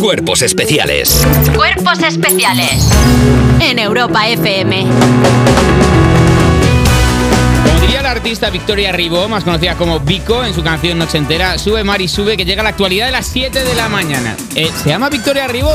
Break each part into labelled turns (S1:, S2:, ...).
S1: Cuerpos especiales.
S2: Cuerpos especiales. En Europa FM.
S3: Como diría la artista Victoria Ribó, más conocida como Vico, en su canción Noche Entera, Sube Mari Sube, que llega a la actualidad de las 7 de la mañana. Eh, ¿Se llama Victoria Ribó?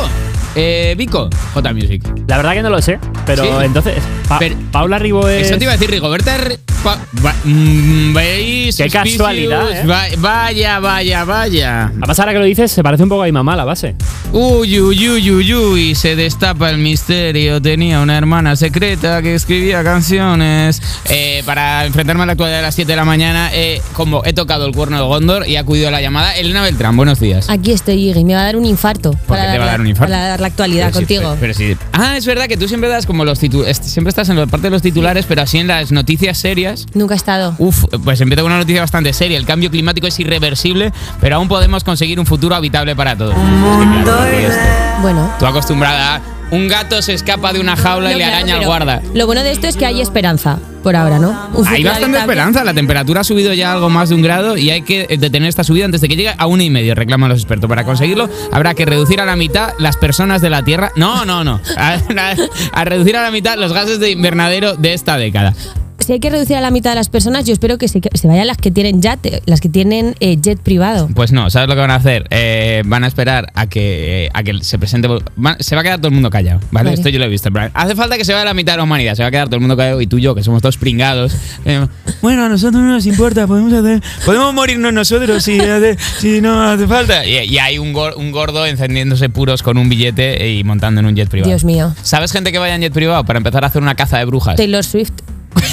S3: Eh, Vico, J Music.
S4: La verdad que no lo sé, pero
S3: Sí.
S4: entonces. Pa-
S3: Pero-
S4: Paula Ribó es.
S3: Eso te iba a decir, Rigoberta. R- Pa- va- mm, veis
S4: Qué
S3: suspicious.
S4: casualidad, ¿eh?
S3: Va- vaya, vaya, vaya.
S4: A pasar a que lo dices, se parece un poco a mi mamá la base.
S3: Uy, uy, uy, uy, uy, se destapa el misterio. Tenía una hermana secreta que escribía canciones. Eh, para enfrentarme a la actualidad de las 7 de la mañana, eh, como he tocado el cuerno de Gondor y ha acudido a la llamada, Elena Beltrán, buenos días.
S5: Aquí estoy, Iggy. Me va a dar un infarto.
S3: ¿Por qué te va a
S5: la-
S3: dar un infarto?
S5: Para dar la actualidad
S3: Pero sí,
S5: contigo.
S3: pero- pero sí. Ah, es verdad que tú siempre das como los titulares. Siempre estás en la parte de los titulares, pero así en las noticias serias.
S5: Nunca he estado.
S3: Uf, pues empieza con una noticia bastante seria. El cambio climático es irreversible, pero aún podemos conseguir un futuro habitable para todos.
S5: Bueno.
S3: Tú acostumbrada a un gato se escapa de una jaula y
S5: No,
S3: le
S5: claro,
S3: araña al
S5: pero
S3: guarda.
S5: Lo bueno de esto es que hay esperanza por ahora, ¿no? Un
S3: Hay
S5: futuro
S3: bastante
S5: habitable.
S3: esperanza, la temperatura ha subido ya algo más de un grado y hay que detener esta subida antes de que llegue a uno y medio, reclaman los expertos. Para conseguirlo habrá que reducir a la mitad las personas de la Tierra. No, no, no. A, a- a reducir a la mitad los gases de invernadero de esta década.
S5: Si hay que reducir a la mitad de las personas, yo espero que se, que se vayan las que tienen jet, eh, las que tienen eh, jet privado.
S3: Pues no, ¿sabes lo que van a hacer? Eh, van a esperar a que, eh, a que se presente. van- se va a quedar todo el mundo callado, ¿vale?
S5: Vale.
S3: Esto yo lo he visto. en plan, Hace falta que se vaya la mitad de la humanidad, se va a quedar todo el mundo callado y tú y yo, que somos todos pringados. eh, bueno, a nosotros no nos importa, podemos hacer. Podemos morirnos nosotros si, hace- si no hace falta. Y, y hay un, gor- un gordo encendiéndose puros con un billete y montando en un jet privado.
S5: Dios mío.
S3: ¿Sabes gente que vaya en jet privado para empezar a hacer una caza de brujas?
S5: Taylor Swift.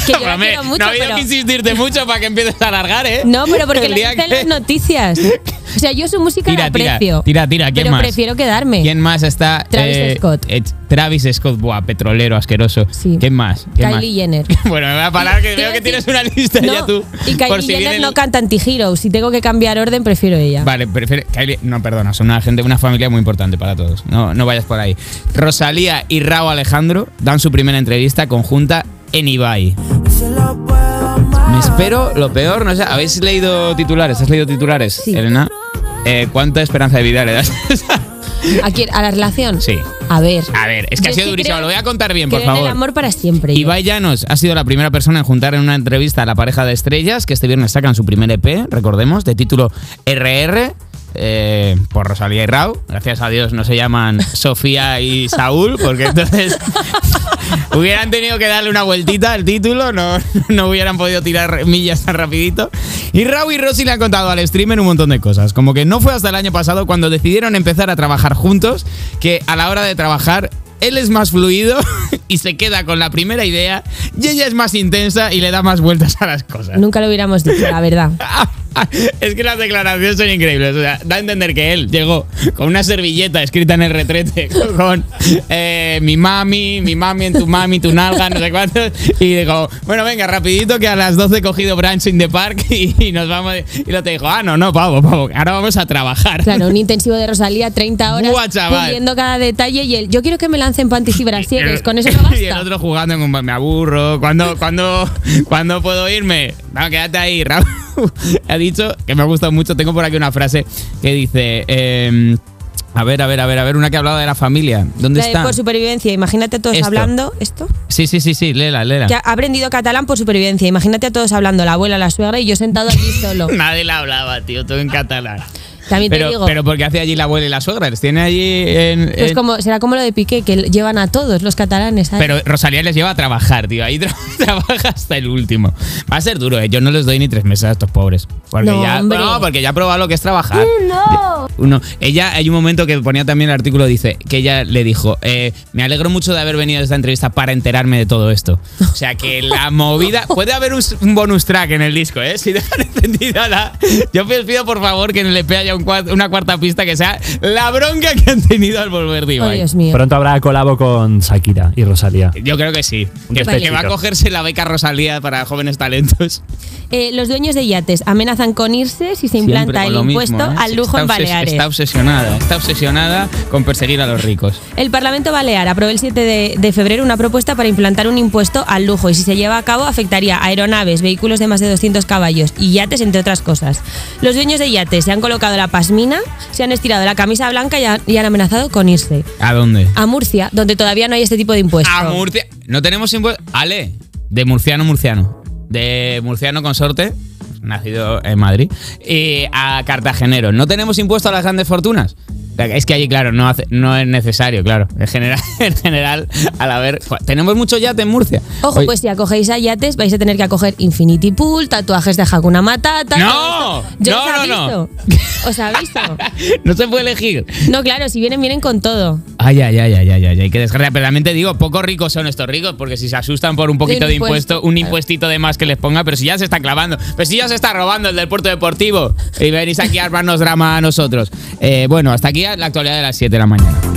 S5: Que yo la
S3: Hombre,
S5: quiero mucho,
S3: no ha habido
S5: pero-
S3: que insistirte mucho para que empieces a alargar, ¿eh?
S5: No, pero porque
S3: El
S5: la
S3: día
S5: dicen
S3: que-
S5: las noticias. O sea, yo su música
S3: Tira,
S5: la
S3: tira,
S5: aprecio.
S3: tira, tira, ¿quién
S5: pero
S3: más?
S5: prefiero quedarme.
S3: ¿Quién más está?
S5: Travis Scott.
S3: eh, Travis Scott, buah, petrolero asqueroso.
S5: Sí.
S3: ¿Quién más? ¿Quién
S5: Kylie
S3: más?
S5: Jenner.
S3: Bueno, me voy a parar que
S5: Te iba
S3: veo
S5: a
S3: que
S5: decir-
S3: tienes una lista
S5: No,
S3: ya tú.
S5: Y Kylie
S3: por si
S5: Jenner
S3: viene el-
S5: no canta anti-hero. Si tengo que cambiar orden, prefiero ella.
S3: Vale, prefiere Kylie, no, perdona, son una gente, una familia muy importante para todos. No, no vayas por ahí. Rosalía y Rao Alejandro dan su primera entrevista conjunta en Ibai. Me espero lo peor, no sé, ¿habéis leído titulares? ¿Has leído titulares,
S5: Sí.
S3: Elena? Eh, ¿Cuánta esperanza de vida le das?
S5: ¿A quién? ¿A la relación?
S3: Sí.
S5: A ver.
S3: A ver, es que
S5: Yo
S3: ha sido durísimo,
S5: creo-
S3: lo voy a contar bien,
S5: creo
S3: por favor.
S5: En el amor para siempre. yo.
S3: Ibai Llanos ha sido la primera persona en juntar en una entrevista a la pareja de estrellas que este viernes sacan su primer EP, recordemos, de título RR. eh, por Rosalía y Rau, gracias a Dios no se llaman Sofía y Saúl, porque entonces hubieran tenido que darle una vueltita al título, no, no hubieran podido tirar millas tan rapidito. Y Rau y Rosy le han contado al streamer un montón de cosas, como que no fue hasta el año pasado cuando decidieron empezar a trabajar juntos, que a la hora de trabajar él es más fluido y se queda con la primera idea y ella es más intensa y le da más vueltas a las cosas.
S5: Nunca lo hubiéramos dicho, la verdad.
S3: Es que las declaraciones son increíbles. O sea, da a entender que él llegó con una servilleta escrita en el retrete con eh, mi mami, mi mami en tu mami, tu nalga, no sé cuánto. Y dijo, bueno, venga, rapidito que a las 12 he cogido brunch in the park y, y nos vamos. Y lo te dijo, ah, no, no, pavo, pavo, ahora vamos a trabajar.
S5: Claro, un intensivo de Rosalía, 30 horas,
S3: Buah, chaval.
S5: puliendo cada detalle y el yo quiero que me lancen pantis y brasieres,
S3: Y-
S5: con eso no
S3: Y el
S5: basta.
S3: otro jugando en un me aburro. ¿Cuándo, cuándo, cuándo puedo irme? No, quédate ahí, Raúl. ha dicho que me ha gustado mucho. Tengo por aquí una frase que dice. em, a ver, a ver, a ver, a ver, una que ha hablado de la familia. ¿Dónde
S5: La de
S3: está?
S5: por supervivencia, imagínate a todos
S3: Esto.
S5: hablando esto.
S3: Sí, sí, sí, sí, léela, léela.
S5: Que ha aprendido catalán por supervivencia. Imagínate a todos hablando, la abuela, la suegra y yo sentado allí solo.
S3: Nadie la hablaba, tío, todo en catalán.
S5: También te
S3: Pero,
S5: digo,
S3: pero porque hace allí la abuela y la suegra, les tiene allí en.
S5: pues
S3: en-
S5: como, será como lo de Piqué, que llevan a todos los catalanes. ¿sabes?
S3: Eh, Pero Rosalía les lleva a trabajar, tío. Ahí tra- trabaja hasta el último. Va a ser duro, ¿eh? Yo no les doy ni tres meses a estos pobres. Porque
S5: No,
S3: ya,
S5: hombre.
S3: no, porque ya ha probado lo que es trabajar. No. Ella, hay un momento que ponía también el artículo, dice, que ella le dijo, eh, me alegro mucho de haber venido a esta entrevista para enterarme de todo esto. O sea, que la movida... Puede haber un, un bonus track en el disco, ¿eh? Si dejan encendida la... Yo os pido, por favor, que en el EP haya un cua- una cuarta pista que sea la bronca que han tenido al volver de
S5: oh,
S3: Ibai.
S5: Dios mío.
S4: Pronto habrá colabo con Shakira y Rosalía.
S3: Yo creo que sí. Que,
S5: Vale.
S3: que va a cogerse la beca Rosalía para jóvenes talentos.
S5: Eh, los dueños de yates amenazan con irse si se implanta el impuesto al lujo
S3: ¿eh? está
S5: en
S3: obses-
S5: Baleares.
S3: Está obsesionada, está obsesionada con perseguir a los ricos.
S5: El Parlamento Balear aprobó el 7 de, de febrero una propuesta para implantar un impuesto al lujo y si se lleva a cabo afectaría a aeronaves, vehículos de más de 200 caballos y yates, entre otras cosas. Los dueños de yates se han colocado la la pasmina, se han estirado la camisa blanca y, ha- y han amenazado con irse.
S3: ¿A dónde?
S5: A Murcia, donde todavía no hay este tipo de impuestos.
S3: A Murcia. No tenemos impuestos. Ale, de murciano, murciano. De murciano consorte, nacido en Madrid. Y a cartagenero. No tenemos impuesto a las grandes fortunas. O sea, Es que allí, claro, no, hace- no es necesario, claro. En general, en general al haber. jo, Tenemos mucho yate en Murcia.
S5: Ojo,
S3: Oye,
S5: pues si acogéis a yates, vais a tener que acoger Infinity Pool, tatuajes de Hakuna Matata.
S3: ¡No!
S5: todo
S3: No,
S5: esto. ¿Yo os
S3: no,
S5: aviso? ¿Os aviso?
S3: No se puede elegir.
S5: No, claro, si vienen, vienen con todo.
S3: Ay, ay, ay, ay, ay, ay, ay, qué desgracia. Pero también te digo, pocos ricos son estos ricos, porque si se asustan por un poquito
S5: un
S3: de
S5: impuesto.
S3: impuesto, un impuestito de más que les ponga, pero si ya se está clavando, pero si ya se está robando el del puerto deportivo y venís aquí a armarnos drama a nosotros. Eh, bueno, hasta aquí la actualidad de las 7 de la mañana.